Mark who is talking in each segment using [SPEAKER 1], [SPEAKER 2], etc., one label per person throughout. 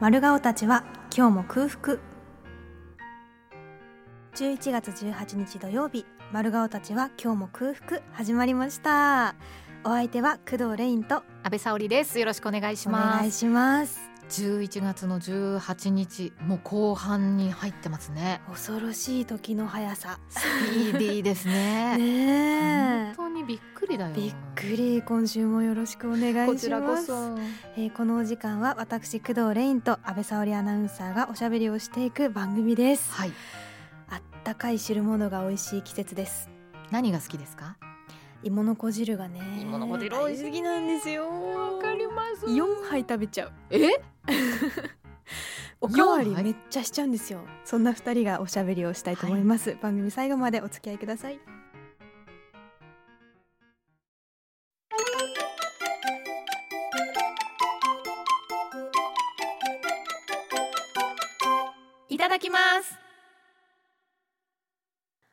[SPEAKER 1] 丸顔たちは今日も空腹11月18日土曜日丸顔たちは今日も空腹始まりましたお相手は工藤レインと
[SPEAKER 2] 安倍沙織ですよろしくお願いし
[SPEAKER 1] お
[SPEAKER 2] ま
[SPEAKER 1] 願い
[SPEAKER 2] す
[SPEAKER 1] します
[SPEAKER 2] 11月の18日もう後半に入ってますね
[SPEAKER 1] 恐ろしい時の速さ
[SPEAKER 2] スピーディーで すね
[SPEAKER 1] ね
[SPEAKER 2] 本当にびっくりだよ
[SPEAKER 1] えびっくり今週もよろしくお願いします
[SPEAKER 2] こちらこそ
[SPEAKER 1] えーこのお時間は私工藤レインと安倍沙織アナウンサーがおしゃべりをしていく番組です
[SPEAKER 2] はい
[SPEAKER 1] あったかい汁物が美味しい季節です
[SPEAKER 2] 何が好きですか
[SPEAKER 1] 芋の子汁がね
[SPEAKER 2] 芋の子汁美
[SPEAKER 1] 大
[SPEAKER 2] 味しい
[SPEAKER 1] 好きなんですよわ
[SPEAKER 2] ます
[SPEAKER 1] 四杯食べちゃう
[SPEAKER 2] え
[SPEAKER 1] おかわり
[SPEAKER 2] 四杯
[SPEAKER 1] めっちゃしちゃうんですよそんな二人がおしゃべりをしたいと思います、番組最後までお付き合いください
[SPEAKER 2] いただきます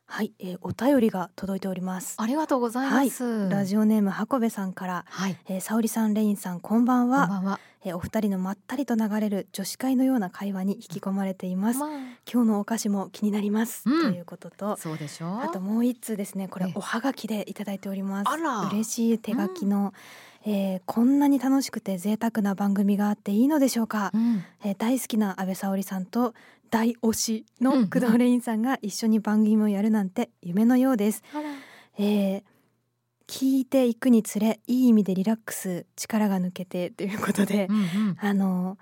[SPEAKER 1] はい、えー、お便りが届いております
[SPEAKER 2] ありがとうございます、
[SPEAKER 1] ラジオネーム箱部さんから、
[SPEAKER 2] はい
[SPEAKER 1] えー、沙織さんレインさんこんばん
[SPEAKER 2] こん
[SPEAKER 1] は
[SPEAKER 2] ばんは
[SPEAKER 1] えーお二人のまったりと流れる女子会のような会話に引き込まれています、
[SPEAKER 2] ま
[SPEAKER 1] 今日のお菓子も気になります、
[SPEAKER 2] うん
[SPEAKER 1] ということと
[SPEAKER 2] あそうでしょう
[SPEAKER 1] あともう一通ですねこれ
[SPEAKER 2] ええ
[SPEAKER 1] おはがきでいただいております
[SPEAKER 2] あら
[SPEAKER 1] 嬉しい手書きの、えーこんなに楽しくて贅沢な番組があっていいのでしょうか
[SPEAKER 2] う、ん
[SPEAKER 1] えー大好きな安倍沙織さんと大推し
[SPEAKER 2] うんう
[SPEAKER 1] の
[SPEAKER 2] ん
[SPEAKER 1] 工藤レインさんが一緒に番組をやるなんて夢のようですえー聞いていくにつれいい意味でリラックス力が抜けてということで
[SPEAKER 2] うんうん
[SPEAKER 1] あの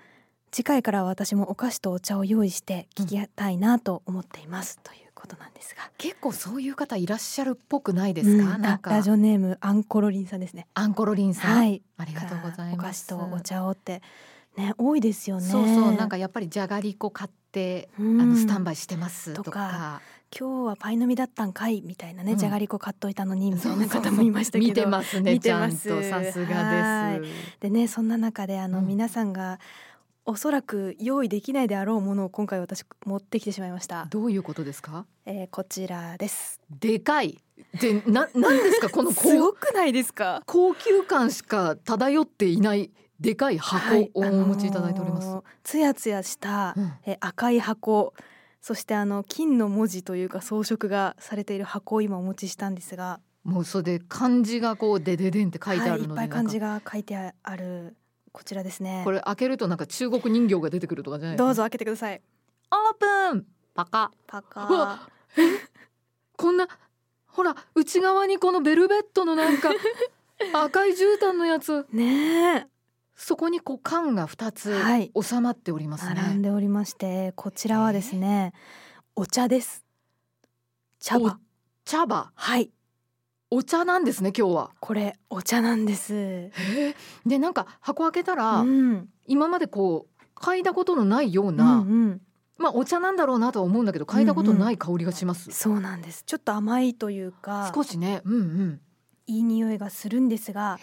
[SPEAKER 1] 次回からは私もお菓子とお茶を用意して聞きたいなと思っています、ということなんですが。
[SPEAKER 2] 結構そういう方いらっしゃるっぽくないですか、
[SPEAKER 1] うん
[SPEAKER 2] なん
[SPEAKER 1] ラ
[SPEAKER 2] か
[SPEAKER 1] ジオネームアンコロリンさんですね。
[SPEAKER 2] アンコロリンさん、
[SPEAKER 1] はい。
[SPEAKER 2] ありがとうございます
[SPEAKER 1] からお菓子とお茶をってね多いですよね。
[SPEAKER 2] そうそうなんかやっぱりじゃがりこ買って、
[SPEAKER 1] うん
[SPEAKER 2] あのスタンバイしてますと
[SPEAKER 1] と
[SPEAKER 2] か
[SPEAKER 1] か今日はパイの実だったんかいみたいなね、
[SPEAKER 2] うん
[SPEAKER 1] じゃがりこ買っといたのにみた
[SPEAKER 2] そ
[SPEAKER 1] いうな
[SPEAKER 2] そう
[SPEAKER 1] 方もいましたけど。
[SPEAKER 2] 見てますね
[SPEAKER 1] 見
[SPEAKER 2] ち
[SPEAKER 1] て
[SPEAKER 2] ゃん
[SPEAKER 1] ま
[SPEAKER 2] と
[SPEAKER 1] す
[SPEAKER 2] さす
[SPEAKER 1] は
[SPEAKER 2] が
[SPEAKER 1] い
[SPEAKER 2] です
[SPEAKER 1] でねそんな中であの、
[SPEAKER 2] うん
[SPEAKER 1] 皆さんがおそらく用意できないであろうものを今回私持ってきてしまいました。
[SPEAKER 2] どういうことですか
[SPEAKER 1] えー、こちらです。
[SPEAKER 2] でかいでななんですかこ の
[SPEAKER 1] す
[SPEAKER 2] 高
[SPEAKER 1] ごくないですか。
[SPEAKER 2] 高級感しか漂っていないでかい
[SPEAKER 1] は
[SPEAKER 2] 箱
[SPEAKER 1] い
[SPEAKER 2] をお持ちいただいております、
[SPEAKER 1] あのーつやつやした、
[SPEAKER 2] うん
[SPEAKER 1] えー赤い箱そしてあの金の文字というか装飾がされている箱を今お持ちしたんですが、
[SPEAKER 2] もうそれで漢字がこうでででんって書いてあるので、
[SPEAKER 1] はい、いっぱい漢字
[SPEAKER 2] なんか
[SPEAKER 1] が書いてあるこちらですね
[SPEAKER 2] これ開けるとなんか中国人形が出てくるとかじゃない
[SPEAKER 1] どうぞ開けてください
[SPEAKER 2] オープンパカ
[SPEAKER 1] パカ
[SPEAKER 2] う
[SPEAKER 1] ー
[SPEAKER 2] わこんなほら内側にこのベルベットのなん か赤い絨毯のやつ
[SPEAKER 1] ねえ
[SPEAKER 2] そこにこう缶が二つ
[SPEAKER 1] はい
[SPEAKER 2] 収まっておりますね、
[SPEAKER 1] 並んでおりましてこちらはですね、お茶です茶葉
[SPEAKER 2] 茶葉
[SPEAKER 1] はい
[SPEAKER 2] お茶なんですね今日は
[SPEAKER 1] これお茶なんです
[SPEAKER 2] でなんか箱開けたら、
[SPEAKER 1] うん
[SPEAKER 2] 今までこう嗅いだことのないよう
[SPEAKER 1] う
[SPEAKER 2] な、
[SPEAKER 1] んうん
[SPEAKER 2] まあお茶なんだろうなとは思うんだけど嗅いだことない香りがします、
[SPEAKER 1] そうなんですちょっと甘いというか
[SPEAKER 2] 少しねうんうん
[SPEAKER 1] いい匂いがするんですが、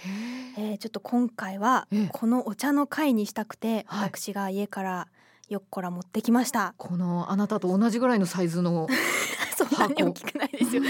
[SPEAKER 1] えー、ちょっと今回は
[SPEAKER 2] ええ
[SPEAKER 1] このお茶の会にしたくて、
[SPEAKER 2] はい
[SPEAKER 1] 私が家からよっこら持ってきました。
[SPEAKER 2] このあなたと同じぐらいのサイズの
[SPEAKER 1] そんなに大きくない ですよ。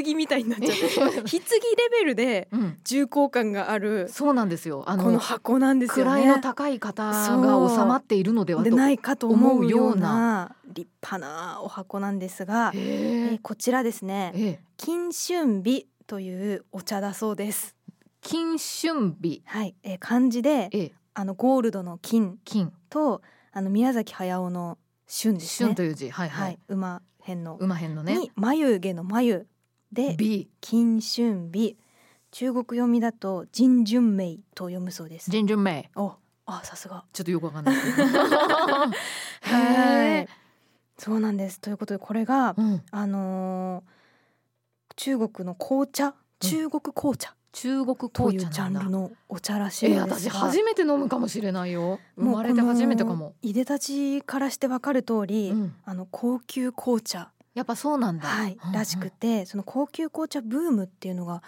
[SPEAKER 1] 棺みたいになっちゃって。棺レベルで
[SPEAKER 2] うん、
[SPEAKER 1] 重厚感がある
[SPEAKER 2] そうなんですよあ
[SPEAKER 1] こ
[SPEAKER 2] の
[SPEAKER 1] の箱なんですよね。
[SPEAKER 2] 位の高い方が収まっているのでは
[SPEAKER 1] で
[SPEAKER 2] と。
[SPEAKER 1] ないかと思
[SPEAKER 2] 思
[SPEAKER 1] う
[SPEAKER 2] う
[SPEAKER 1] よ
[SPEAKER 2] よ
[SPEAKER 1] う
[SPEAKER 2] う
[SPEAKER 1] な
[SPEAKER 2] な
[SPEAKER 1] 立派なお箱なんですが、
[SPEAKER 2] へ
[SPEAKER 1] え
[SPEAKER 2] え
[SPEAKER 1] ーこちらですね
[SPEAKER 2] ええ
[SPEAKER 1] 金春美というお茶だそうです。
[SPEAKER 2] 金春美
[SPEAKER 1] はい、えー漢字で
[SPEAKER 2] ええ
[SPEAKER 1] あのゴールドの金
[SPEAKER 2] 金
[SPEAKER 1] とあの宮崎駿の春ですね。
[SPEAKER 2] 春という字はい
[SPEAKER 1] は
[SPEAKER 2] はいい、
[SPEAKER 1] 馬編の、
[SPEAKER 2] 馬編のね
[SPEAKER 1] に眉毛の眉で
[SPEAKER 2] 美
[SPEAKER 1] 金春美中国読みだと金春明と読むそうです。
[SPEAKER 2] 人順名
[SPEAKER 1] お、あさすが。
[SPEAKER 2] ちょっとよくわ かんないですけど
[SPEAKER 1] は
[SPEAKER 2] へ
[SPEAKER 1] い
[SPEAKER 2] え。
[SPEAKER 1] そうなんです。ということでこれが
[SPEAKER 2] うん
[SPEAKER 1] あのー中国の紅茶、中国紅茶
[SPEAKER 2] 中国
[SPEAKER 1] とい
[SPEAKER 2] 紅
[SPEAKER 1] うジ
[SPEAKER 2] 茶
[SPEAKER 1] ャン
[SPEAKER 2] な
[SPEAKER 1] ル
[SPEAKER 2] んだ
[SPEAKER 1] のお茶らしい
[SPEAKER 2] え
[SPEAKER 1] のです
[SPEAKER 2] 私
[SPEAKER 1] が。
[SPEAKER 2] 初めて飲むかもしれないよ生
[SPEAKER 1] もう
[SPEAKER 2] まれて初めて
[SPEAKER 1] こ
[SPEAKER 2] か
[SPEAKER 1] の
[SPEAKER 2] も、
[SPEAKER 1] いでたちからしてわかる通り、
[SPEAKER 2] うん、
[SPEAKER 1] あの高級紅茶
[SPEAKER 2] やっぱそうなんだ、
[SPEAKER 1] はい、
[SPEAKER 2] うんうん
[SPEAKER 1] らしくてその高級紅茶ブームっていうのが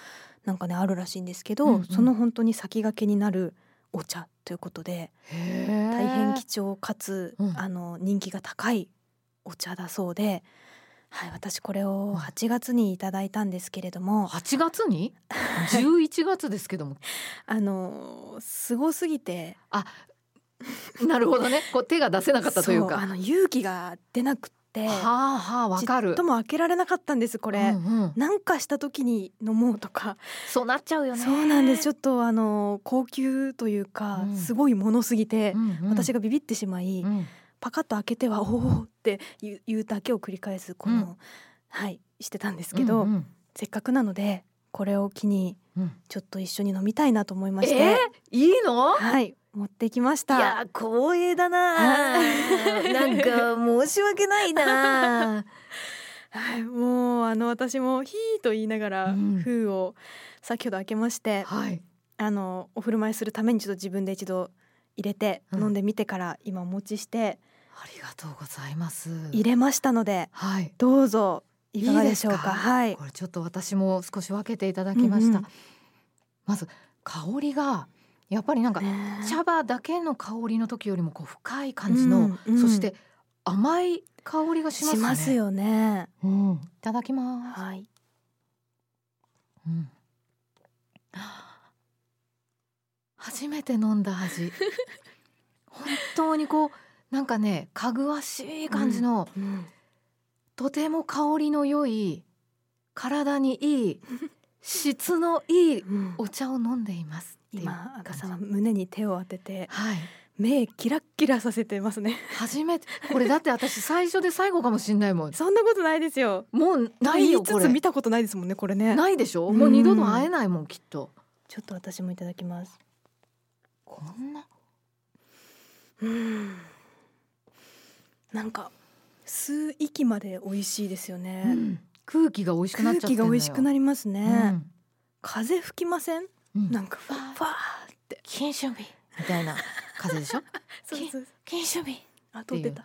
[SPEAKER 1] なんかねあるらしいんですけど、
[SPEAKER 2] うんうん
[SPEAKER 1] その本当に先駆けになるお茶ということで
[SPEAKER 2] へえ
[SPEAKER 1] 大変貴重かつ、
[SPEAKER 2] うん
[SPEAKER 1] あの人気が高いお茶だそうで、はい、私これ
[SPEAKER 2] う
[SPEAKER 1] を
[SPEAKER 2] ん
[SPEAKER 1] 8月にいただいたんですけれども、
[SPEAKER 2] 8月 に11月ですけども
[SPEAKER 1] あのすごすぎて
[SPEAKER 2] あなるほどねこう手が出せなかったという
[SPEAKER 1] そうあ
[SPEAKER 2] か
[SPEAKER 1] の勇気が出なくって
[SPEAKER 2] はあはあわか
[SPEAKER 1] ち
[SPEAKER 2] る
[SPEAKER 1] っとも開けられなかったんですこれ、
[SPEAKER 2] うんうん
[SPEAKER 1] なんかした時に飲もうとか、
[SPEAKER 2] そうなっちゃうよね
[SPEAKER 1] そうなんですちょっとあの高級というか、
[SPEAKER 2] うん
[SPEAKER 1] すごいものすぎて、私
[SPEAKER 2] が、
[SPEAKER 1] がビビってしまい、
[SPEAKER 2] うん
[SPEAKER 1] パカッと開けては「おお」って言う言うだけを繰り返すこの、
[SPEAKER 2] うん
[SPEAKER 1] はいしてたんですけど、
[SPEAKER 2] うんうん
[SPEAKER 1] せっかくなのでこれを機に
[SPEAKER 2] うん
[SPEAKER 1] ちょっと一緒に飲みたいなと思いまして、
[SPEAKER 2] えー、いいの
[SPEAKER 1] はい持ってきまし
[SPEAKER 3] い
[SPEAKER 1] た。
[SPEAKER 3] や光栄だ ななんか申し訳ないな
[SPEAKER 1] はい、もうあの私もヒーと言いながら
[SPEAKER 2] うん
[SPEAKER 1] 封を先ほど開けまして、
[SPEAKER 2] はい
[SPEAKER 1] あのお振る舞いするためにちょっと自分で一度入れて
[SPEAKER 2] うん
[SPEAKER 1] 飲んでみてから今お持ちして
[SPEAKER 2] ありがとうございます
[SPEAKER 1] 入れましたので
[SPEAKER 2] はい
[SPEAKER 1] どうぞいかがでしょうか
[SPEAKER 2] いいですか
[SPEAKER 1] はい
[SPEAKER 2] これちょっと私も少し分けていただきました、
[SPEAKER 1] うんうん
[SPEAKER 2] まず香りがやっぱりなんか
[SPEAKER 1] ね
[SPEAKER 2] 茶葉だけの香りの時よりもこう深い感じの、
[SPEAKER 1] うんうん
[SPEAKER 2] そして甘い香りがしま
[SPEAKER 1] し
[SPEAKER 2] すね
[SPEAKER 1] ますよね
[SPEAKER 2] うん、いただきます、
[SPEAKER 1] はい
[SPEAKER 2] うん初めて飲んだ 味本当にこうなんかねかぐわしい感じの、
[SPEAKER 1] うん
[SPEAKER 2] とても香りの良い体にいい質のいい
[SPEAKER 1] うん
[SPEAKER 2] お茶を飲んでいますっていう
[SPEAKER 1] 今赤さんは
[SPEAKER 2] 感じ
[SPEAKER 1] 胸に手を当てて
[SPEAKER 2] はい
[SPEAKER 1] 目キラッキラさせてますね
[SPEAKER 2] 初めてこれだって私最初で最後かもしんないもん
[SPEAKER 1] そんなことないですよ
[SPEAKER 2] もうないよ
[SPEAKER 1] と言い
[SPEAKER 2] こ
[SPEAKER 1] つ
[SPEAKER 2] れ
[SPEAKER 1] つ見たことないですもんねこれね
[SPEAKER 2] ないでしょ
[SPEAKER 1] うん
[SPEAKER 2] もう二度と会えないもんきっと
[SPEAKER 1] ちょっと私もいただきます
[SPEAKER 2] こんな
[SPEAKER 1] うんなんか吸う息まで美味しいですよね、
[SPEAKER 2] うん空気が美味しくなっ
[SPEAKER 1] 空
[SPEAKER 2] ちゃって
[SPEAKER 1] 気が美味しく
[SPEAKER 2] っ
[SPEAKER 1] なりますね、
[SPEAKER 2] ね
[SPEAKER 1] 風吹きません
[SPEAKER 2] うん
[SPEAKER 1] なん かふわ
[SPEAKER 2] わ
[SPEAKER 1] ふわーって
[SPEAKER 2] 禁酒日みたいな風でしょ
[SPEAKER 1] そうそうそう
[SPEAKER 2] 禁酒日
[SPEAKER 1] あと出た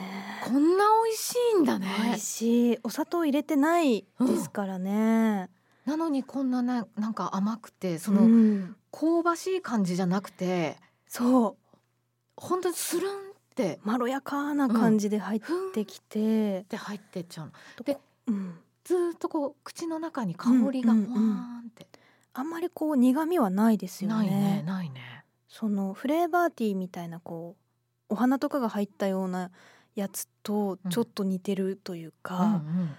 [SPEAKER 1] ね
[SPEAKER 2] こんな美味しいんだね
[SPEAKER 1] え美味しいお砂糖入れてないですからね、
[SPEAKER 2] なのにこんなななんか甘くてそ
[SPEAKER 1] うん
[SPEAKER 2] の香ばしい感じじゃなくて
[SPEAKER 1] そ
[SPEAKER 2] 本当にスルンって
[SPEAKER 1] うまろやかな感じで入っ
[SPEAKER 2] ふんって
[SPEAKER 1] きて、
[SPEAKER 2] て入ってっちゃうの
[SPEAKER 1] うん、
[SPEAKER 2] ずーっとこう口の中に香りが
[SPEAKER 1] うんうん
[SPEAKER 2] ふわ
[SPEAKER 1] うん
[SPEAKER 2] ーんって、
[SPEAKER 1] あんまりこう苦味はないですよね
[SPEAKER 2] ないねないね
[SPEAKER 1] そのフレーバーティーみたいなこうお花とかが入ったようなやつとちょっと似てるというか、
[SPEAKER 2] うんうん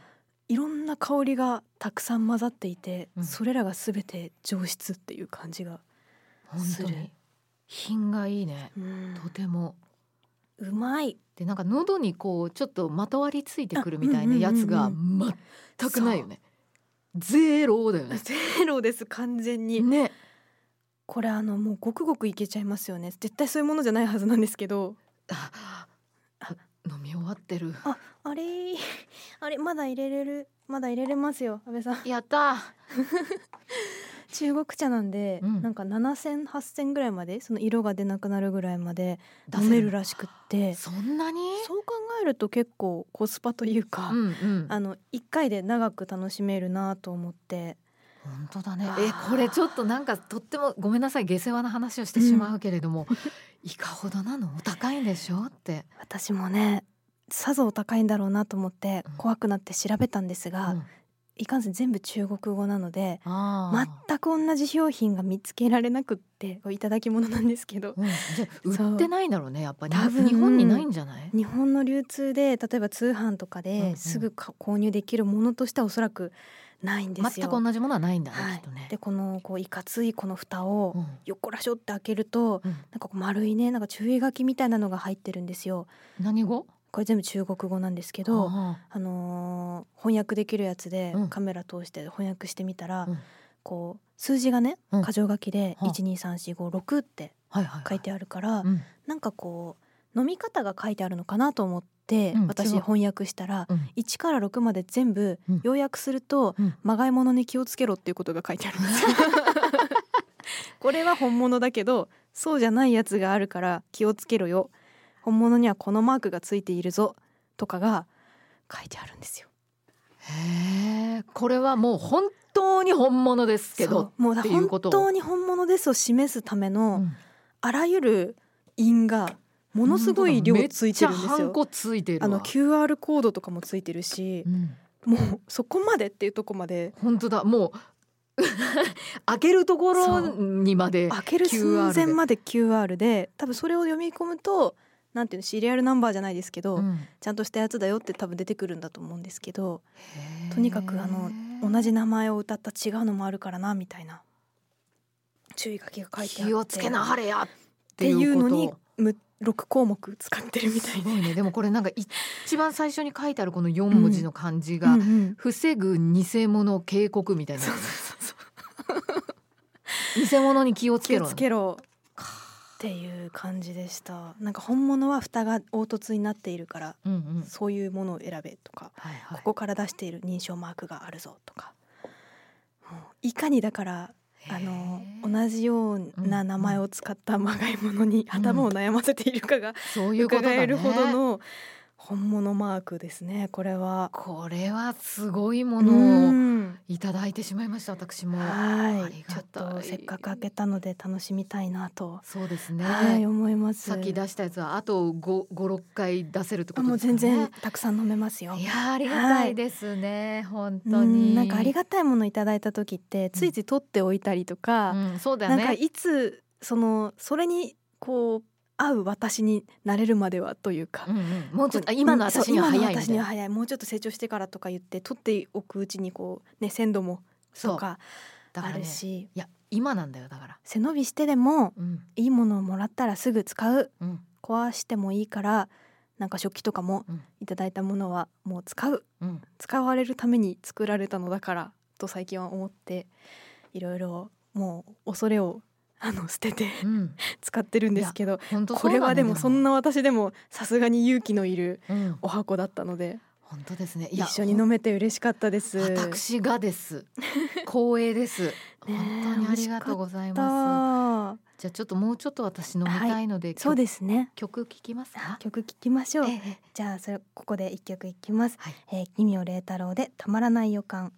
[SPEAKER 1] いろんな香りがたくさん混ざっていて、
[SPEAKER 2] うん
[SPEAKER 1] それらがすべて上質っていう感じが、
[SPEAKER 2] 本
[SPEAKER 1] す
[SPEAKER 2] 当
[SPEAKER 1] る
[SPEAKER 2] に品がいいね
[SPEAKER 1] うん
[SPEAKER 2] とても
[SPEAKER 1] うまい
[SPEAKER 2] でなんか喉にこうちょっとまとわりついてくるみたいな
[SPEAKER 1] あうんうんう
[SPEAKER 2] や
[SPEAKER 1] んうん
[SPEAKER 2] つが全くないよねゼロだよね
[SPEAKER 1] ゼロです完全に、
[SPEAKER 2] ね
[SPEAKER 1] これあのもうごくごくいけちゃいますよね絶対そういうものじゃないはずなんですけど
[SPEAKER 2] ああ飲み終わってる
[SPEAKER 1] ああれ ーあれまだ入れれるまだ入れれますよ安倍さん
[SPEAKER 2] やったー
[SPEAKER 1] 中国茶なんで、
[SPEAKER 2] うん
[SPEAKER 1] なんか7000 8000ぐらいまでその色が出なくなるぐらいまで
[SPEAKER 2] 出せ
[SPEAKER 1] 飲めるらしくって
[SPEAKER 2] そんなに
[SPEAKER 1] そう考えると結構コスパというか、
[SPEAKER 2] うんうん
[SPEAKER 1] あの一回で長く楽しめるなと思って
[SPEAKER 2] 本当だね
[SPEAKER 1] わあ
[SPEAKER 2] えこれちょっとなんかとってもごめんなさい下世話な話をしてしまうけれ ども、いかほどなのお高いんでしょって、
[SPEAKER 1] 私もねさぞお高いんだろうなと思って
[SPEAKER 2] うん
[SPEAKER 1] 怖くなって調べたんですが、
[SPEAKER 2] うん
[SPEAKER 1] いかんせん全部中国語なので
[SPEAKER 2] あー
[SPEAKER 1] 全く同じ商品が見つけられなくってこういただき物なんですけど
[SPEAKER 2] うん、じゃあ売ってないんだろうねやっぱり
[SPEAKER 1] 多分
[SPEAKER 2] 日本にないんじゃない、
[SPEAKER 1] 日本の流通で例えば通販とか
[SPEAKER 2] うんう
[SPEAKER 1] で
[SPEAKER 2] ん
[SPEAKER 1] すぐか購入できるものとしてはおそらくないんです
[SPEAKER 2] 全
[SPEAKER 1] よ。
[SPEAKER 2] く同じものはないんだね、
[SPEAKER 1] は
[SPEAKER 2] きっとね
[SPEAKER 1] い、でこのこういかついこの蓋を
[SPEAKER 2] うん
[SPEAKER 1] 横らしょって開けると
[SPEAKER 2] うん
[SPEAKER 1] なんかこう丸いねなんか注意書きみたいなのが入ってるんですよ。
[SPEAKER 2] 何語
[SPEAKER 1] これ全部中国語なんですけど、
[SPEAKER 2] あ
[SPEAKER 1] あのー翻訳できるやつで
[SPEAKER 2] うん
[SPEAKER 1] カメラ通して翻訳してみたら、
[SPEAKER 2] うん
[SPEAKER 1] こう数字がね
[SPEAKER 2] うん
[SPEAKER 1] 箇条書きで
[SPEAKER 2] はあ
[SPEAKER 1] 一二三四五六って
[SPEAKER 2] ーはいはい、
[SPEAKER 1] 書いてあるから、
[SPEAKER 2] うん
[SPEAKER 1] なんかこう飲み方が書いてあるのかなと思って、
[SPEAKER 2] うん
[SPEAKER 1] 私
[SPEAKER 2] 違う
[SPEAKER 1] 翻訳したら
[SPEAKER 2] うん
[SPEAKER 1] 1から6まで全部
[SPEAKER 2] うん
[SPEAKER 1] 要約すると、
[SPEAKER 2] うん
[SPEAKER 1] まがいものに気をつけろっていうことが書いてあるん ですよこれは本物だけどそうじゃないやつがあるから気をつけろよ本物にはこのマークがついているぞとかが書いてあるんですよ
[SPEAKER 2] へえこれはもう本当に本物ですけ
[SPEAKER 1] そ
[SPEAKER 2] ど
[SPEAKER 1] うもうだ
[SPEAKER 2] っていうこ
[SPEAKER 1] 本
[SPEAKER 2] とを
[SPEAKER 1] 当に本物ですを示すための、
[SPEAKER 2] うん
[SPEAKER 1] あらゆる印がものすごい量ついてるんで
[SPEAKER 2] め
[SPEAKER 1] す
[SPEAKER 2] っちゃハン
[SPEAKER 1] よ
[SPEAKER 2] コついてるわ
[SPEAKER 1] あの QR コードとかもついてるし
[SPEAKER 2] う、ん
[SPEAKER 1] もうそこまでっていうとこまで
[SPEAKER 2] 本当だもう 開けるところ
[SPEAKER 1] そう
[SPEAKER 2] にまで
[SPEAKER 1] 開ける
[SPEAKER 2] QR
[SPEAKER 1] 寸
[SPEAKER 2] で
[SPEAKER 1] 前まで QR で多分それを読み込むとなんていうのシリアルナンバーじゃないですけど、
[SPEAKER 2] うん
[SPEAKER 1] ちゃんとしたやつだよって多分出てくるんだと思うんですけどとにかくあの同じ名前を歌った違うのもあるからなみたいな注意書きが書いてあって
[SPEAKER 2] 気をつけなはれやっ
[SPEAKER 1] っててい
[SPEAKER 2] いう
[SPEAKER 1] う
[SPEAKER 2] こ
[SPEAKER 1] の
[SPEAKER 2] と
[SPEAKER 1] にむ6項目使ってるみたい
[SPEAKER 2] す
[SPEAKER 1] な
[SPEAKER 2] ごいねでもこれなんか一番最初に書いてあるこの四文字の漢字が、
[SPEAKER 1] うん うん
[SPEAKER 2] 防ぐ偽物警告みたいな
[SPEAKER 1] そうそうそう
[SPEAKER 2] 偽物に気を
[SPEAKER 1] 気
[SPEAKER 2] つけ
[SPEAKER 1] を
[SPEAKER 2] ろ
[SPEAKER 1] つけろっていう感じでしたなんか本物は蓋が凹凸になっているから
[SPEAKER 2] うんうん
[SPEAKER 1] そういうものを選べとか
[SPEAKER 2] はいはい
[SPEAKER 1] ここから出している認証マークがあるぞとかもういかにだからあの
[SPEAKER 2] へー
[SPEAKER 1] 同じような名前を使ったまがいものに頭を悩ませているかが
[SPEAKER 2] そういうことだ
[SPEAKER 1] 伺
[SPEAKER 2] ね
[SPEAKER 1] えるほどの本物マークですねこれは。
[SPEAKER 2] これはすごいも
[SPEAKER 1] う
[SPEAKER 2] のを
[SPEAKER 1] ん
[SPEAKER 2] いただいてしまいました私もあ
[SPEAKER 1] は
[SPEAKER 2] り
[SPEAKER 1] い
[SPEAKER 2] が
[SPEAKER 1] ちょった
[SPEAKER 2] い
[SPEAKER 1] とせっかく開けたので楽しみたいなと、
[SPEAKER 2] そうですね、
[SPEAKER 1] はい思います。
[SPEAKER 2] さっき出したやつはあと五五六回出せるってこ
[SPEAKER 1] あ
[SPEAKER 2] と
[SPEAKER 1] もう
[SPEAKER 2] ですか
[SPEAKER 1] 全
[SPEAKER 2] ね
[SPEAKER 1] 然たくさん飲めますよ
[SPEAKER 2] い。やーありがたいですね、本当
[SPEAKER 1] う
[SPEAKER 2] に
[SPEAKER 1] んなんかありがたいものいただいた時ってついつい取っておいたりとか、
[SPEAKER 2] うん、そうだよ
[SPEAKER 1] なん
[SPEAKER 2] ね
[SPEAKER 1] かいつそのそれにこう合う私になれるまではというか、
[SPEAKER 2] うんうん、もうちょっとあ今の私には
[SPEAKER 1] そう今の
[SPEAKER 2] 早いみ
[SPEAKER 1] 私
[SPEAKER 2] たい
[SPEAKER 1] には
[SPEAKER 2] な
[SPEAKER 1] 早いもうちょっと成長してからとか言って取っておくうちにこうね鮮度も
[SPEAKER 2] そ
[SPEAKER 1] と
[SPEAKER 2] う
[SPEAKER 1] か
[SPEAKER 2] だか
[SPEAKER 1] あ
[SPEAKER 2] らね
[SPEAKER 1] るし、
[SPEAKER 2] いや今なんだよだから
[SPEAKER 1] 背伸びしてでも
[SPEAKER 2] うん
[SPEAKER 1] いいものをもらったらすぐ使う
[SPEAKER 2] うん
[SPEAKER 1] 壊してもいいからなんか食器とかも
[SPEAKER 2] うん
[SPEAKER 1] いただいたものはもう使う
[SPEAKER 2] うん
[SPEAKER 1] 使われるために作られたのだからと最近は思っていろいろもう恐れをあの捨てて
[SPEAKER 2] うん
[SPEAKER 1] 使ってるんですけど、
[SPEAKER 2] 本当
[SPEAKER 1] こ
[SPEAKER 2] そうだね
[SPEAKER 1] れはでもそんな私でもさすがに勇気のいる
[SPEAKER 2] うん
[SPEAKER 1] お箱だったので
[SPEAKER 2] 本当ですねいや
[SPEAKER 1] 一緒に飲めて嬉しかったです。
[SPEAKER 2] 私がです 光栄です
[SPEAKER 1] ねえ
[SPEAKER 2] 本当にありがとうございま
[SPEAKER 1] あ
[SPEAKER 2] すじゃあちょっともうちょっと私飲みたいので、
[SPEAKER 1] ーそうですね。
[SPEAKER 2] 曲曲聞きますか
[SPEAKER 1] 曲聴きましょう
[SPEAKER 2] え。え
[SPEAKER 1] じゃあそれここで一曲いきます。
[SPEAKER 2] はい
[SPEAKER 1] えー、奇妙麗太郎でたまらない予感。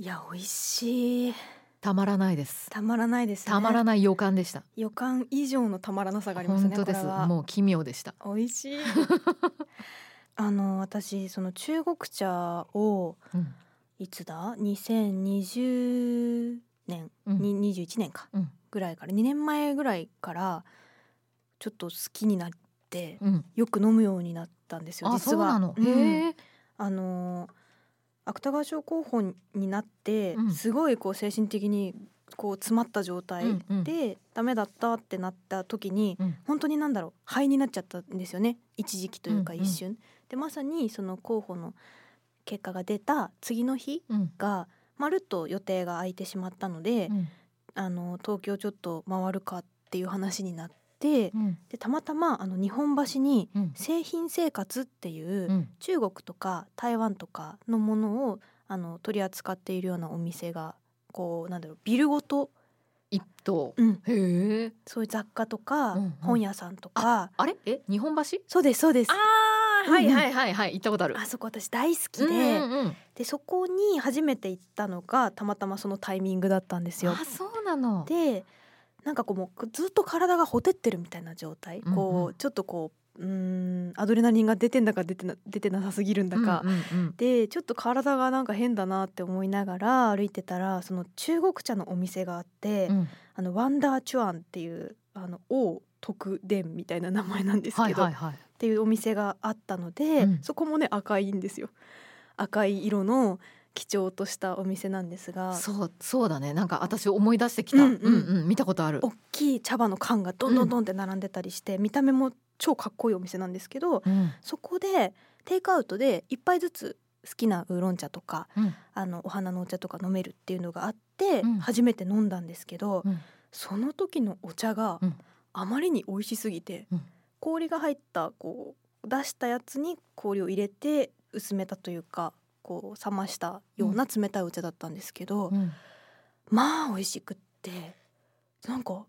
[SPEAKER 1] いや美味しい。
[SPEAKER 2] たまらないです
[SPEAKER 1] たまらないですね。
[SPEAKER 2] たまら
[SPEAKER 1] い。
[SPEAKER 2] ない予感でした
[SPEAKER 1] 予感以上のたまらなさがあります
[SPEAKER 2] 本
[SPEAKER 1] ね。
[SPEAKER 2] 当です
[SPEAKER 1] これは
[SPEAKER 2] もう奇妙でした
[SPEAKER 1] 美味 しいあの私その中国茶を
[SPEAKER 2] うん
[SPEAKER 1] いつだ2020年
[SPEAKER 2] うん
[SPEAKER 1] に21年か
[SPEAKER 2] うん
[SPEAKER 1] ぐらいから2年前ぐらいからちょっと好きになって
[SPEAKER 2] うん
[SPEAKER 1] よく飲むようになったんですよ
[SPEAKER 2] あそ
[SPEAKER 1] 実
[SPEAKER 2] う
[SPEAKER 1] は
[SPEAKER 2] なの、
[SPEAKER 1] うん
[SPEAKER 2] へえ
[SPEAKER 1] あの芥川賞候補になって、
[SPEAKER 2] うん
[SPEAKER 1] すごいこう精神的にこう詰まった状態
[SPEAKER 2] うんうん
[SPEAKER 1] で、ダメだったってなった時に、
[SPEAKER 2] うん
[SPEAKER 1] 本当になんだろう肺になっちゃったんですよね一時期というか
[SPEAKER 2] うんうん
[SPEAKER 1] 一瞬。でまさにその候補の結果が出た次の日
[SPEAKER 2] うん
[SPEAKER 1] がまるっと予定が空いてしまったので、
[SPEAKER 2] うん
[SPEAKER 1] あの東京ちょっと回るかっていう話になって
[SPEAKER 2] うん
[SPEAKER 1] でたまたまあの日本橋に
[SPEAKER 2] うん
[SPEAKER 1] 製品生活っていう
[SPEAKER 2] うん
[SPEAKER 1] 中国とか台湾とかのものをあの取り扱っているようなお店がこうなんだろうビルごと、
[SPEAKER 2] 一頭
[SPEAKER 1] うん、
[SPEAKER 2] へえ
[SPEAKER 1] そういう雑貨とか、
[SPEAKER 2] うんうん
[SPEAKER 1] 本屋さんとか
[SPEAKER 2] あれえ日本橋
[SPEAKER 1] そうですそうです
[SPEAKER 2] あ
[SPEAKER 1] ー
[SPEAKER 2] は
[SPEAKER 1] はいい
[SPEAKER 2] は
[SPEAKER 1] はい
[SPEAKER 2] はいはい行ったことある
[SPEAKER 1] あそこ私大好きで,、
[SPEAKER 2] うんうんうん
[SPEAKER 1] でそこに初めて行ったのがたまたまそのタイミングだったんですよ
[SPEAKER 2] あ。そうなの
[SPEAKER 1] でなんかこうもうずっと体がほてってるみたいな状態、
[SPEAKER 2] うんうん
[SPEAKER 1] こうちょっとこううーんアドレナリンが出てんだか出てな出てなさすぎるんだか、
[SPEAKER 2] うんうんうん
[SPEAKER 1] でちょっと体がなんか変だなって思いながら歩いてたらその中国茶のお店があって、
[SPEAKER 2] うん
[SPEAKER 1] あのワンダーチュアンっていうあの王徳殿みたいな名前なんですけど、
[SPEAKER 2] はいはいはい
[SPEAKER 1] っていうお店があったので、
[SPEAKER 2] うん
[SPEAKER 1] そこもね赤いんですよ赤い色の基調としたお店なんですが
[SPEAKER 2] そうそうだねなんか私思い出してきた、う
[SPEAKER 1] うんん
[SPEAKER 2] う
[SPEAKER 1] うんん
[SPEAKER 2] 見たことある、
[SPEAKER 1] 大きい茶葉の缶がどんどんどんって並んでたりして、見た目も超かっこいいお店なんですけど
[SPEAKER 2] うん
[SPEAKER 1] そこでテイクアウトで一杯ずつ好きなウーロン茶とか
[SPEAKER 2] うん
[SPEAKER 1] あのお花のお茶とか飲めるっていうのがあって、
[SPEAKER 2] うん
[SPEAKER 1] 初めて飲んだんですけど、
[SPEAKER 2] うん
[SPEAKER 1] その時のお茶が
[SPEAKER 2] うん
[SPEAKER 1] あまりに美味しすぎて、
[SPEAKER 2] うん
[SPEAKER 1] 氷が入ったこう出したやつに氷を入れて薄めたというかこう冷ましたような冷たいお茶だったんですけど、
[SPEAKER 2] うん
[SPEAKER 1] まあ美味しくってなんか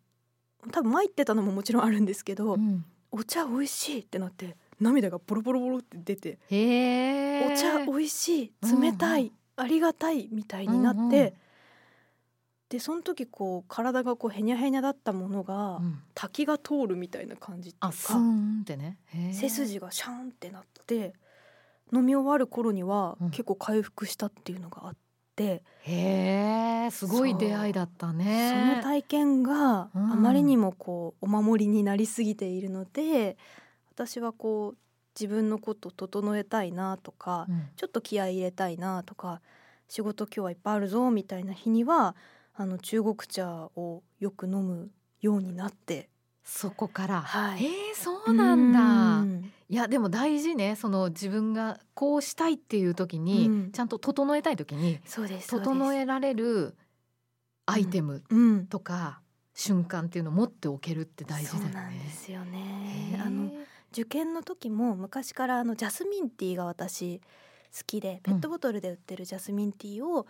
[SPEAKER 1] 多分参ってたのももちろんあるんですけど、
[SPEAKER 2] うん
[SPEAKER 1] お茶美味しいってなって涙がボロボロボロって出て
[SPEAKER 2] へえ
[SPEAKER 1] お茶美味しい冷たい、
[SPEAKER 2] うん
[SPEAKER 1] ありがたいみたいになって、
[SPEAKER 2] うんうん
[SPEAKER 1] でその時こう体がこうへにゃへにゃだったものが、
[SPEAKER 2] うん
[SPEAKER 1] 滝が通るみたいな感じってい
[SPEAKER 2] あ
[SPEAKER 1] う
[SPEAKER 2] スー
[SPEAKER 1] か
[SPEAKER 2] ンってねへー
[SPEAKER 1] 背筋がシャンってなって飲み終わる頃には
[SPEAKER 2] うん
[SPEAKER 1] 結構回復したっていうのがあって、
[SPEAKER 2] へえすごい出会いだったね
[SPEAKER 1] その体験があ
[SPEAKER 2] うん
[SPEAKER 1] まりにもこうお守りになりすぎているので私はこう自分のこと整えたいなとか、
[SPEAKER 2] うん
[SPEAKER 1] ちょっと気合い入れたいなとか仕事今日はいっぱいあるぞみたいな日にはあの中国茶をよく飲むようになって
[SPEAKER 2] そこから、
[SPEAKER 1] はい
[SPEAKER 2] えーそうなんだ
[SPEAKER 1] うん
[SPEAKER 2] いやでも大事ねその自分がこうしたいっていう時に、
[SPEAKER 1] うん
[SPEAKER 2] ちゃんと整えたい時に
[SPEAKER 1] そうですそうです
[SPEAKER 2] 整えられるアイテム
[SPEAKER 1] うん
[SPEAKER 2] とか、瞬間っていうのを持っておけるって大事だよね。
[SPEAKER 1] そうなんですよ
[SPEAKER 2] へ
[SPEAKER 1] ね
[SPEAKER 2] ー
[SPEAKER 1] あの受験の時も昔からあのジャスミンティーが私好きでペットボトルで売ってるジャスミンティーを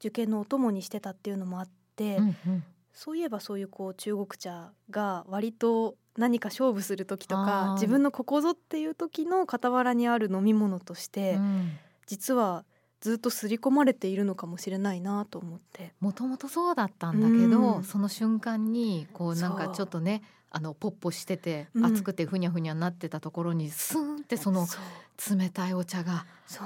[SPEAKER 1] 受験のお供にしてたっていうのもあって、
[SPEAKER 2] うんうん
[SPEAKER 1] そういえばそういうこう中国茶が割と何か勝負する時と
[SPEAKER 2] あ
[SPEAKER 1] か
[SPEAKER 2] ー
[SPEAKER 1] 自分のここぞっていう時の傍らにある飲み物として、
[SPEAKER 2] うん
[SPEAKER 1] 実はずっと刷り込まれているのかもしれないなと思って。
[SPEAKER 2] もともとそうだったんだけど、
[SPEAKER 1] うん
[SPEAKER 2] その瞬間にこう
[SPEAKER 1] そ
[SPEAKER 2] な
[SPEAKER 1] うん
[SPEAKER 2] かちょっとねあのポッポしてて、
[SPEAKER 1] うん
[SPEAKER 2] 熱くてふにゃふにゃになってたところにスーンってその
[SPEAKER 1] そう
[SPEAKER 2] 冷たいお茶が
[SPEAKER 1] そ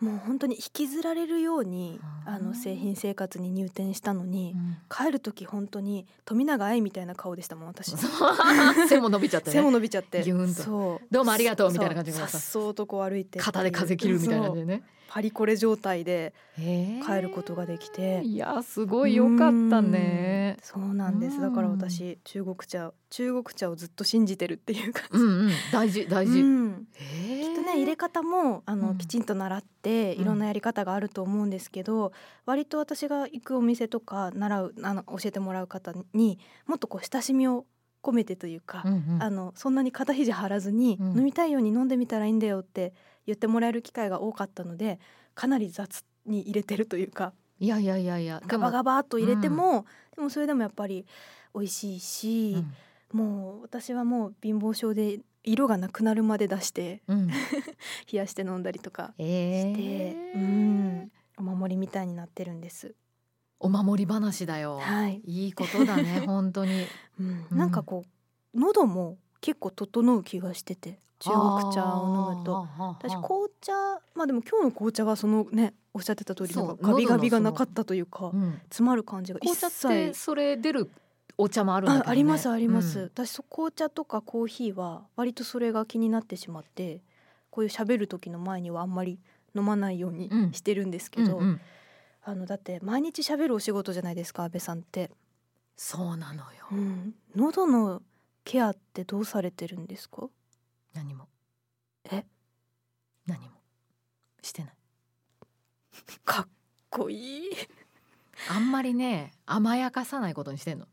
[SPEAKER 1] うもう本当に引きずられるように
[SPEAKER 2] うん
[SPEAKER 1] あの製品生活に入店したのに、
[SPEAKER 2] うん
[SPEAKER 1] 帰る時本当に富永愛みたいな顔でしたもん私
[SPEAKER 2] そう背も伸びちゃって
[SPEAKER 1] 背も
[SPEAKER 2] ね
[SPEAKER 1] 伸びちゃって
[SPEAKER 2] ギューンと
[SPEAKER 1] そう
[SPEAKER 2] どうもありがとうみたいな感じで
[SPEAKER 1] さっそうとこう歩いて
[SPEAKER 2] 肩で風切るみたいな感じ
[SPEAKER 1] そう
[SPEAKER 2] でね
[SPEAKER 1] パリコレ状態で
[SPEAKER 2] 帰
[SPEAKER 1] 帰ることができて
[SPEAKER 2] いやすごい良かったね
[SPEAKER 1] うんそうなんで
[SPEAKER 2] う
[SPEAKER 1] す
[SPEAKER 2] ん
[SPEAKER 1] だから私中国茶中国茶をずっと信じてるっていう感じ、
[SPEAKER 2] うんうん大事大事、
[SPEAKER 1] うん
[SPEAKER 2] き
[SPEAKER 1] きっとね入れ方もあの、
[SPEAKER 2] うん
[SPEAKER 1] きちんと習っていろんなやり方があると思うんですけど、割と私が行くお店とか習うあの教えてもらう方にもっとこう親しみを込めてというか、
[SPEAKER 2] うんうん
[SPEAKER 1] あのそんなに肩肘張らずに、
[SPEAKER 2] うん
[SPEAKER 1] 飲みたいように飲んでみたらいいんだよって言ってもらえる機会が多かったのでかなり雑に入れてるというか
[SPEAKER 2] いやいやいやいや
[SPEAKER 1] ガバガ
[SPEAKER 2] バ、
[SPEAKER 1] バっと入れても、でもそれでもやっぱり美味しいし
[SPEAKER 2] う、ん
[SPEAKER 1] もう私はもう貧乏症で色がなくなるまで出して
[SPEAKER 2] うん、
[SPEAKER 1] 冷やして飲んだりとかして、
[SPEAKER 2] えー
[SPEAKER 1] うんお守りみたいになってるんです。
[SPEAKER 2] お守り話だよ、
[SPEAKER 1] はい、
[SPEAKER 2] いいことだ ね本当に
[SPEAKER 1] うん、
[SPEAKER 2] うん
[SPEAKER 1] なんかこう喉も結構整う気がしてて中国茶を飲むと。私
[SPEAKER 2] 私
[SPEAKER 1] 紅茶まあでも今日の紅茶はそのねおっしゃってた通り
[SPEAKER 2] そう
[SPEAKER 1] なんかガビガビがなかったというか
[SPEAKER 2] う、ん、
[SPEAKER 1] 詰まる感じが一
[SPEAKER 2] 紅茶って
[SPEAKER 1] 切
[SPEAKER 2] それ出るお茶もあるんだけど、
[SPEAKER 1] あ
[SPEAKER 2] ね、
[SPEAKER 1] ありますあります、
[SPEAKER 2] うん
[SPEAKER 1] 私そう紅茶とかコーヒーは割とそれが気になってしまってこういう喋る時の前にはあんまり飲まないように
[SPEAKER 2] うん
[SPEAKER 1] してるんですけど、
[SPEAKER 2] うんうん
[SPEAKER 1] あのだって毎日喋るお仕事じゃないですか安倍さんって、
[SPEAKER 2] そうなのよ、
[SPEAKER 1] うん、喉のケアってどうされてるんですか
[SPEAKER 2] 何も
[SPEAKER 1] え
[SPEAKER 2] 何もしてない
[SPEAKER 1] かっこいい
[SPEAKER 2] あんまりね甘やかさないことにしてんの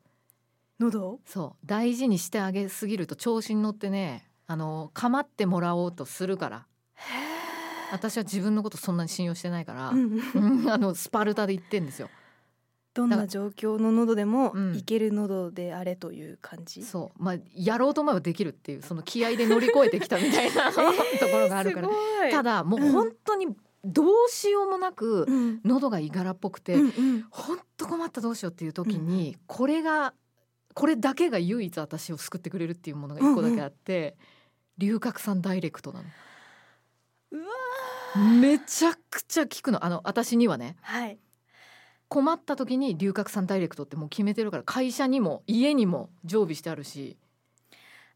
[SPEAKER 1] 喉
[SPEAKER 2] そう大事にしてあげすぎると調子に乗ってねあの構ってもらおうとするから私は自分のことそんなに信用してないから、
[SPEAKER 1] うん
[SPEAKER 2] うんあのスパルタで言ってんですよ
[SPEAKER 1] どんな状況の喉でも
[SPEAKER 2] うん
[SPEAKER 1] いける喉であれという感じ。
[SPEAKER 2] そうまあやろうと思えばできるっていうその気合で乗り越えてきたみた いなところがあるから、た
[SPEAKER 1] だ、
[SPEAKER 2] だも
[SPEAKER 1] う
[SPEAKER 2] うん本当にどうしようもなく
[SPEAKER 1] うん
[SPEAKER 2] 喉がいがらっぽくて、
[SPEAKER 1] うんうん
[SPEAKER 2] 本当困ったどうしようっていう時に、これがこれだけが唯一私を救ってくれるっていうものが一個だけあって、龍角散ダイレクトな
[SPEAKER 1] うわ
[SPEAKER 2] のめちゃくちゃ効くのあの私にはね
[SPEAKER 1] はい。
[SPEAKER 2] 困った時に龍角散ダイレクトってもう決めてるから会社にも家にも常備してあるし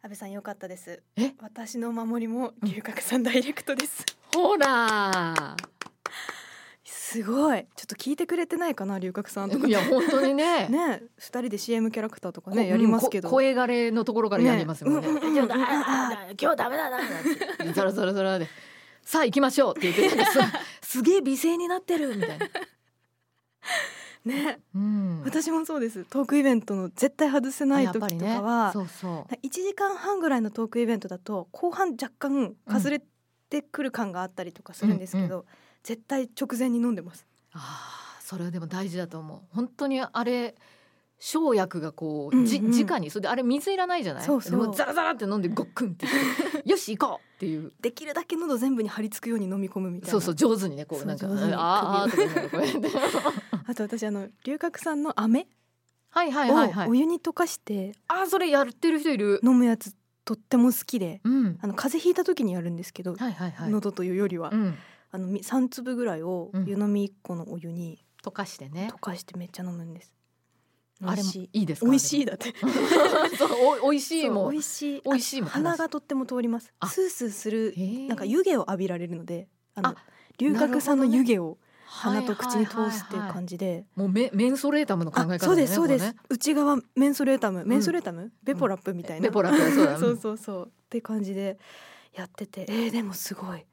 [SPEAKER 1] 安倍さん良かったです。
[SPEAKER 2] え
[SPEAKER 1] 私の守りも龍角さんダイレクトです。
[SPEAKER 2] ほら
[SPEAKER 1] すごい。ちょっと聞いてくれてないかな龍角さんとか。
[SPEAKER 2] いや本当に ね
[SPEAKER 1] ね、二人で CM キャラクターとか
[SPEAKER 2] こ
[SPEAKER 1] ねやりますけ
[SPEAKER 2] う
[SPEAKER 1] ど。
[SPEAKER 2] んこ声がれのところからやりますもんね
[SPEAKER 1] うんうんうん
[SPEAKER 3] 今日ダメだ今日ダメだダメだって
[SPEAKER 2] ザラザラザラで「さあ行きましょう」って言ってなんかすすげえ美声になってるみた いな。
[SPEAKER 1] ね、
[SPEAKER 2] うん
[SPEAKER 1] 私もそうです。トークイベントの絶対外せない
[SPEAKER 2] やっぱ
[SPEAKER 1] 時
[SPEAKER 2] り
[SPEAKER 1] と
[SPEAKER 2] ね
[SPEAKER 1] かは、
[SPEAKER 2] そうそ
[SPEAKER 1] 1時間半ぐらいのトークイベントだと後半若干かすれてくる感があったりとかするんですけど、絶対直前に飲んでます。
[SPEAKER 2] うあーそれはでも大事だと思う本当にあれ生薬がこ
[SPEAKER 1] うんう
[SPEAKER 2] うんじ、直にそれであれ水いらないじゃない
[SPEAKER 1] そうそう
[SPEAKER 2] もザラザラって飲んでごっくんって してよし行こうっていう
[SPEAKER 1] できるだけ喉全部に張り付くように飲み込むみたいな。
[SPEAKER 2] そうそう上手にねこ
[SPEAKER 1] そう
[SPEAKER 2] うなんか
[SPEAKER 1] 上手に
[SPEAKER 2] あーあーとかなんかこうやって
[SPEAKER 1] あと私あの龍角散の飴
[SPEAKER 2] はいはいはい
[SPEAKER 1] を
[SPEAKER 2] は
[SPEAKER 1] お
[SPEAKER 2] い
[SPEAKER 1] 湯に溶かして
[SPEAKER 2] あーそれやってる人いる
[SPEAKER 1] 飲むやつとっても好きで
[SPEAKER 2] うん
[SPEAKER 1] あの風邪ひいた時にやるんですけど、
[SPEAKER 2] はいはいはい。
[SPEAKER 1] 喉というよりは、
[SPEAKER 2] うん
[SPEAKER 1] あのみ3粒ぐらいを
[SPEAKER 2] うん
[SPEAKER 1] 湯飲み1個のお湯に
[SPEAKER 2] 溶かしてね
[SPEAKER 1] 溶。かしてめっちゃ飲むんです。美
[SPEAKER 2] あれ
[SPEAKER 1] 味
[SPEAKER 2] も
[SPEAKER 1] しい
[SPEAKER 2] いいですか。
[SPEAKER 1] 美味し
[SPEAKER 2] い。
[SPEAKER 1] いだって。
[SPEAKER 2] そうお美味しい
[SPEAKER 1] そ
[SPEAKER 2] も
[SPEAKER 1] う美
[SPEAKER 2] ん
[SPEAKER 1] 味しい。
[SPEAKER 2] 美味しいもん
[SPEAKER 1] あ鼻がとっても通ります
[SPEAKER 2] あ。
[SPEAKER 1] スースーする
[SPEAKER 2] へえ
[SPEAKER 1] なんか湯気を浴びられるので、あの
[SPEAKER 2] あ
[SPEAKER 1] 龍角散の
[SPEAKER 2] なるほどね
[SPEAKER 1] 湯気を鼻と口に通すっていう
[SPEAKER 2] はいはいはいはい
[SPEAKER 1] 感じで。
[SPEAKER 2] もうメメンソレータムの考え方だ
[SPEAKER 1] あ、
[SPEAKER 2] ね。
[SPEAKER 1] そうですそうです、
[SPEAKER 2] これね
[SPEAKER 1] 内側メンソレータム、メンソレータム、ベポラップみたいな。
[SPEAKER 2] ベポラップそうだ ね
[SPEAKER 1] そうそうそうって感じでやってて、えー、でもすごい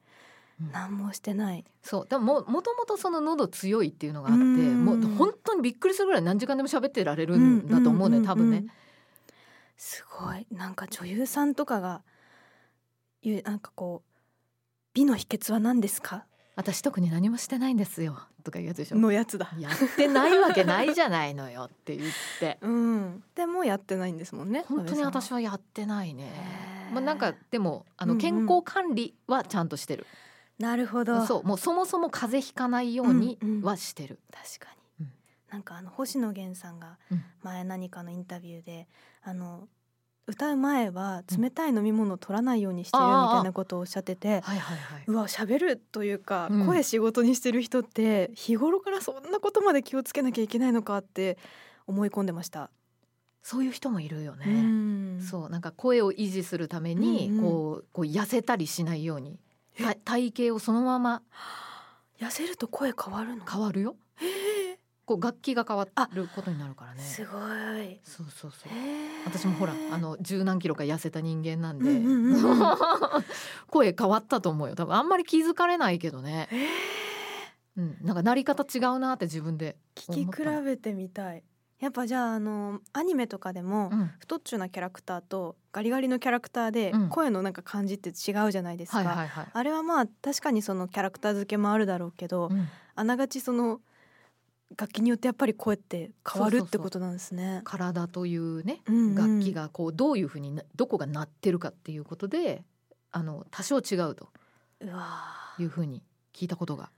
[SPEAKER 2] うん
[SPEAKER 1] 何もしてない。
[SPEAKER 2] そうでもももともとその喉強いっていうのがあって
[SPEAKER 1] うん
[SPEAKER 2] もう本当にびっくりするぐらい何時間でも喋ってられるんだと思うね多分ね。
[SPEAKER 1] すごいなんか女優さんとかが言うなんかこう美の秘訣は何ですか
[SPEAKER 2] 私特に何もしてないんですよとかいうやつでしょ。
[SPEAKER 1] のやつだ。
[SPEAKER 2] やってないわけないじゃないのよって言って
[SPEAKER 1] うん。でもやってないんですもんね。
[SPEAKER 2] 本当に私
[SPEAKER 1] は。
[SPEAKER 2] はやってないね
[SPEAKER 1] へ。ー
[SPEAKER 2] まあなんかでもあ
[SPEAKER 1] う
[SPEAKER 2] の
[SPEAKER 1] んうん
[SPEAKER 2] 健康管理はちゃんとしてる。
[SPEAKER 1] なるほど。
[SPEAKER 2] そうもうそもそも風邪ひかないように
[SPEAKER 1] うんうん
[SPEAKER 2] はしてる。
[SPEAKER 1] 確か
[SPEAKER 2] う
[SPEAKER 1] に。
[SPEAKER 2] ん
[SPEAKER 1] なんかあの星野源さんが
[SPEAKER 2] うん
[SPEAKER 1] 前何かのインタビューで、あの歌う前は冷たい飲み物を取らないようにしてるみ
[SPEAKER 2] あー
[SPEAKER 1] たいなことをおっしゃってて。。
[SPEAKER 2] はいはいはいう
[SPEAKER 1] わ喋るというか、
[SPEAKER 2] うん
[SPEAKER 1] 声仕事にしてる人って日頃からそんなことまで気をつけなきゃいけないのかって思い込んでました。
[SPEAKER 2] そういう人もいるよね。
[SPEAKER 1] うん
[SPEAKER 2] そうなんか声を維持するために、
[SPEAKER 1] うんうん
[SPEAKER 2] こうこう痩せたりしないようにた体型をそのまま
[SPEAKER 1] 痩せると声変わるの
[SPEAKER 2] 変わるよ。こう楽器が変わることになるからね。
[SPEAKER 1] すごい
[SPEAKER 2] そうそうそう。
[SPEAKER 1] へー
[SPEAKER 2] 私もほらあの十何キロか痩せた人間なんで、
[SPEAKER 1] うんうんうんうん
[SPEAKER 2] 声変わったと思うよ多分あんまり気づかれないけどね、
[SPEAKER 1] へー
[SPEAKER 2] うん、なんかなり方違うなって自分で、
[SPEAKER 1] 聞き比べてみたいやっぱじゃああのアニメとかでも
[SPEAKER 2] うん、
[SPEAKER 1] 太っちょなキャラクターとガリガリのキャラクターで
[SPEAKER 2] うん
[SPEAKER 1] 声のなんか感じって違うじゃないですか、
[SPEAKER 2] はいはいはい、
[SPEAKER 1] あれはまあ確かにそのキャラクター付けもあるだろうけど、
[SPEAKER 2] うん
[SPEAKER 1] あながちその楽器によってやっぱり声って変わるってことなんですね。
[SPEAKER 2] 体というね
[SPEAKER 1] うんうん
[SPEAKER 2] 楽器がこうどういうふうになどこが鳴ってるかっていうことであの多少違うと
[SPEAKER 1] うわ
[SPEAKER 2] いうふうに聞いたことが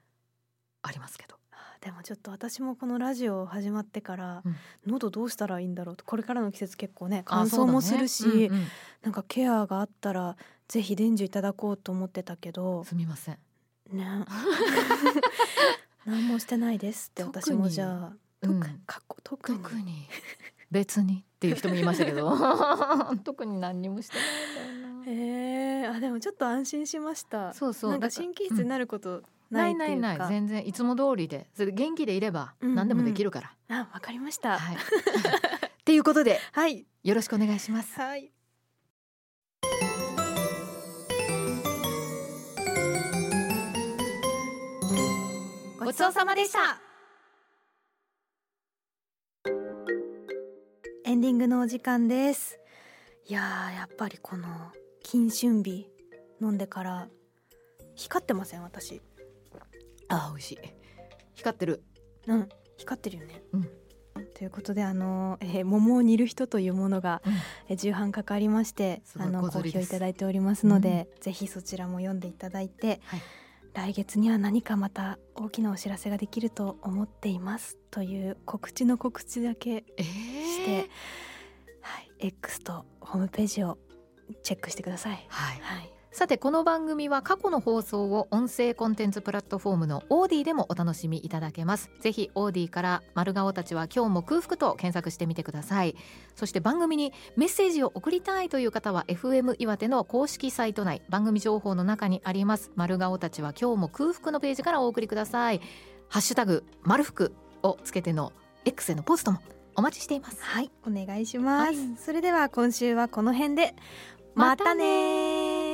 [SPEAKER 2] ありますけど。
[SPEAKER 1] ーでもちょっと私もこのラジオ始まってから、
[SPEAKER 2] うん
[SPEAKER 1] 喉どうしたらいいんだろうとこれからの季節結構ね
[SPEAKER 2] あ
[SPEAKER 1] 乾
[SPEAKER 2] そ
[SPEAKER 1] 燥
[SPEAKER 2] うだね
[SPEAKER 1] もするし、
[SPEAKER 2] うんうん
[SPEAKER 1] なんかケアがあったらぜひ伝授いただこうと思ってたけど
[SPEAKER 2] すみません。
[SPEAKER 1] ね 何もしてないですって
[SPEAKER 2] 特に
[SPEAKER 1] 私もじゃあ特
[SPEAKER 2] うん
[SPEAKER 1] にかっこ特に
[SPEAKER 2] 特に別にっていう人もいましたけ ど、特に何にもしてないんだよな。
[SPEAKER 1] へえあでもちょっと安心しました
[SPEAKER 2] そうそう
[SPEAKER 1] なんか
[SPEAKER 2] だから
[SPEAKER 1] 神経質になること
[SPEAKER 2] な
[SPEAKER 1] ないいって
[SPEAKER 2] ない
[SPEAKER 1] いうか、
[SPEAKER 2] ない全然いつも通りでそれで元気でいれば
[SPEAKER 1] うんうん
[SPEAKER 2] 何でもできるから。
[SPEAKER 1] あわかりました
[SPEAKER 2] はい。っていうことで
[SPEAKER 1] はい
[SPEAKER 2] よろしくお願いします。
[SPEAKER 1] はい。
[SPEAKER 2] ごちそうさまでした。
[SPEAKER 1] エンディングのお時間です。いやーやっぱりこの禁春日飲んでから光ってません私。
[SPEAKER 2] あ美味しい。光ってる。
[SPEAKER 1] うん光ってるよね。
[SPEAKER 2] うん
[SPEAKER 1] ということであの、えー桃を煮る人というものが、
[SPEAKER 2] うん
[SPEAKER 1] えー重版かかりまして
[SPEAKER 2] すごい
[SPEAKER 1] あの
[SPEAKER 2] 小
[SPEAKER 1] 好
[SPEAKER 2] 釣り
[SPEAKER 1] 評
[SPEAKER 2] で
[SPEAKER 1] い
[SPEAKER 2] す
[SPEAKER 1] ただいておりますので、ぜひそちらも読んでいただいて、
[SPEAKER 2] はい
[SPEAKER 1] 来月には何かまた大きなお知らせができると思っていますという告知の告知だけ
[SPEAKER 2] ええ
[SPEAKER 1] して、はい、X とホームページをチェックしてください。
[SPEAKER 2] はい。
[SPEAKER 1] はい、
[SPEAKER 2] さてこの番組は過去の放送を音声コンテンツプラットフォームのオーディでもお楽しみいただけますぜひオーディから丸顔たちは今日も空腹と検索してみてくださいそして番組にメッセージを送りたいという方は FM 岩手の公式サイト内番組情報の中にあります丸顔たちは今日も空腹のページからお送りくださいハッシュタグ丸服をつけての X へのポストもお待ちしています
[SPEAKER 1] はい、お願いします。
[SPEAKER 2] はい
[SPEAKER 1] それでは今週はこの辺で
[SPEAKER 2] ま
[SPEAKER 1] また
[SPEAKER 2] たね
[SPEAKER 1] ねー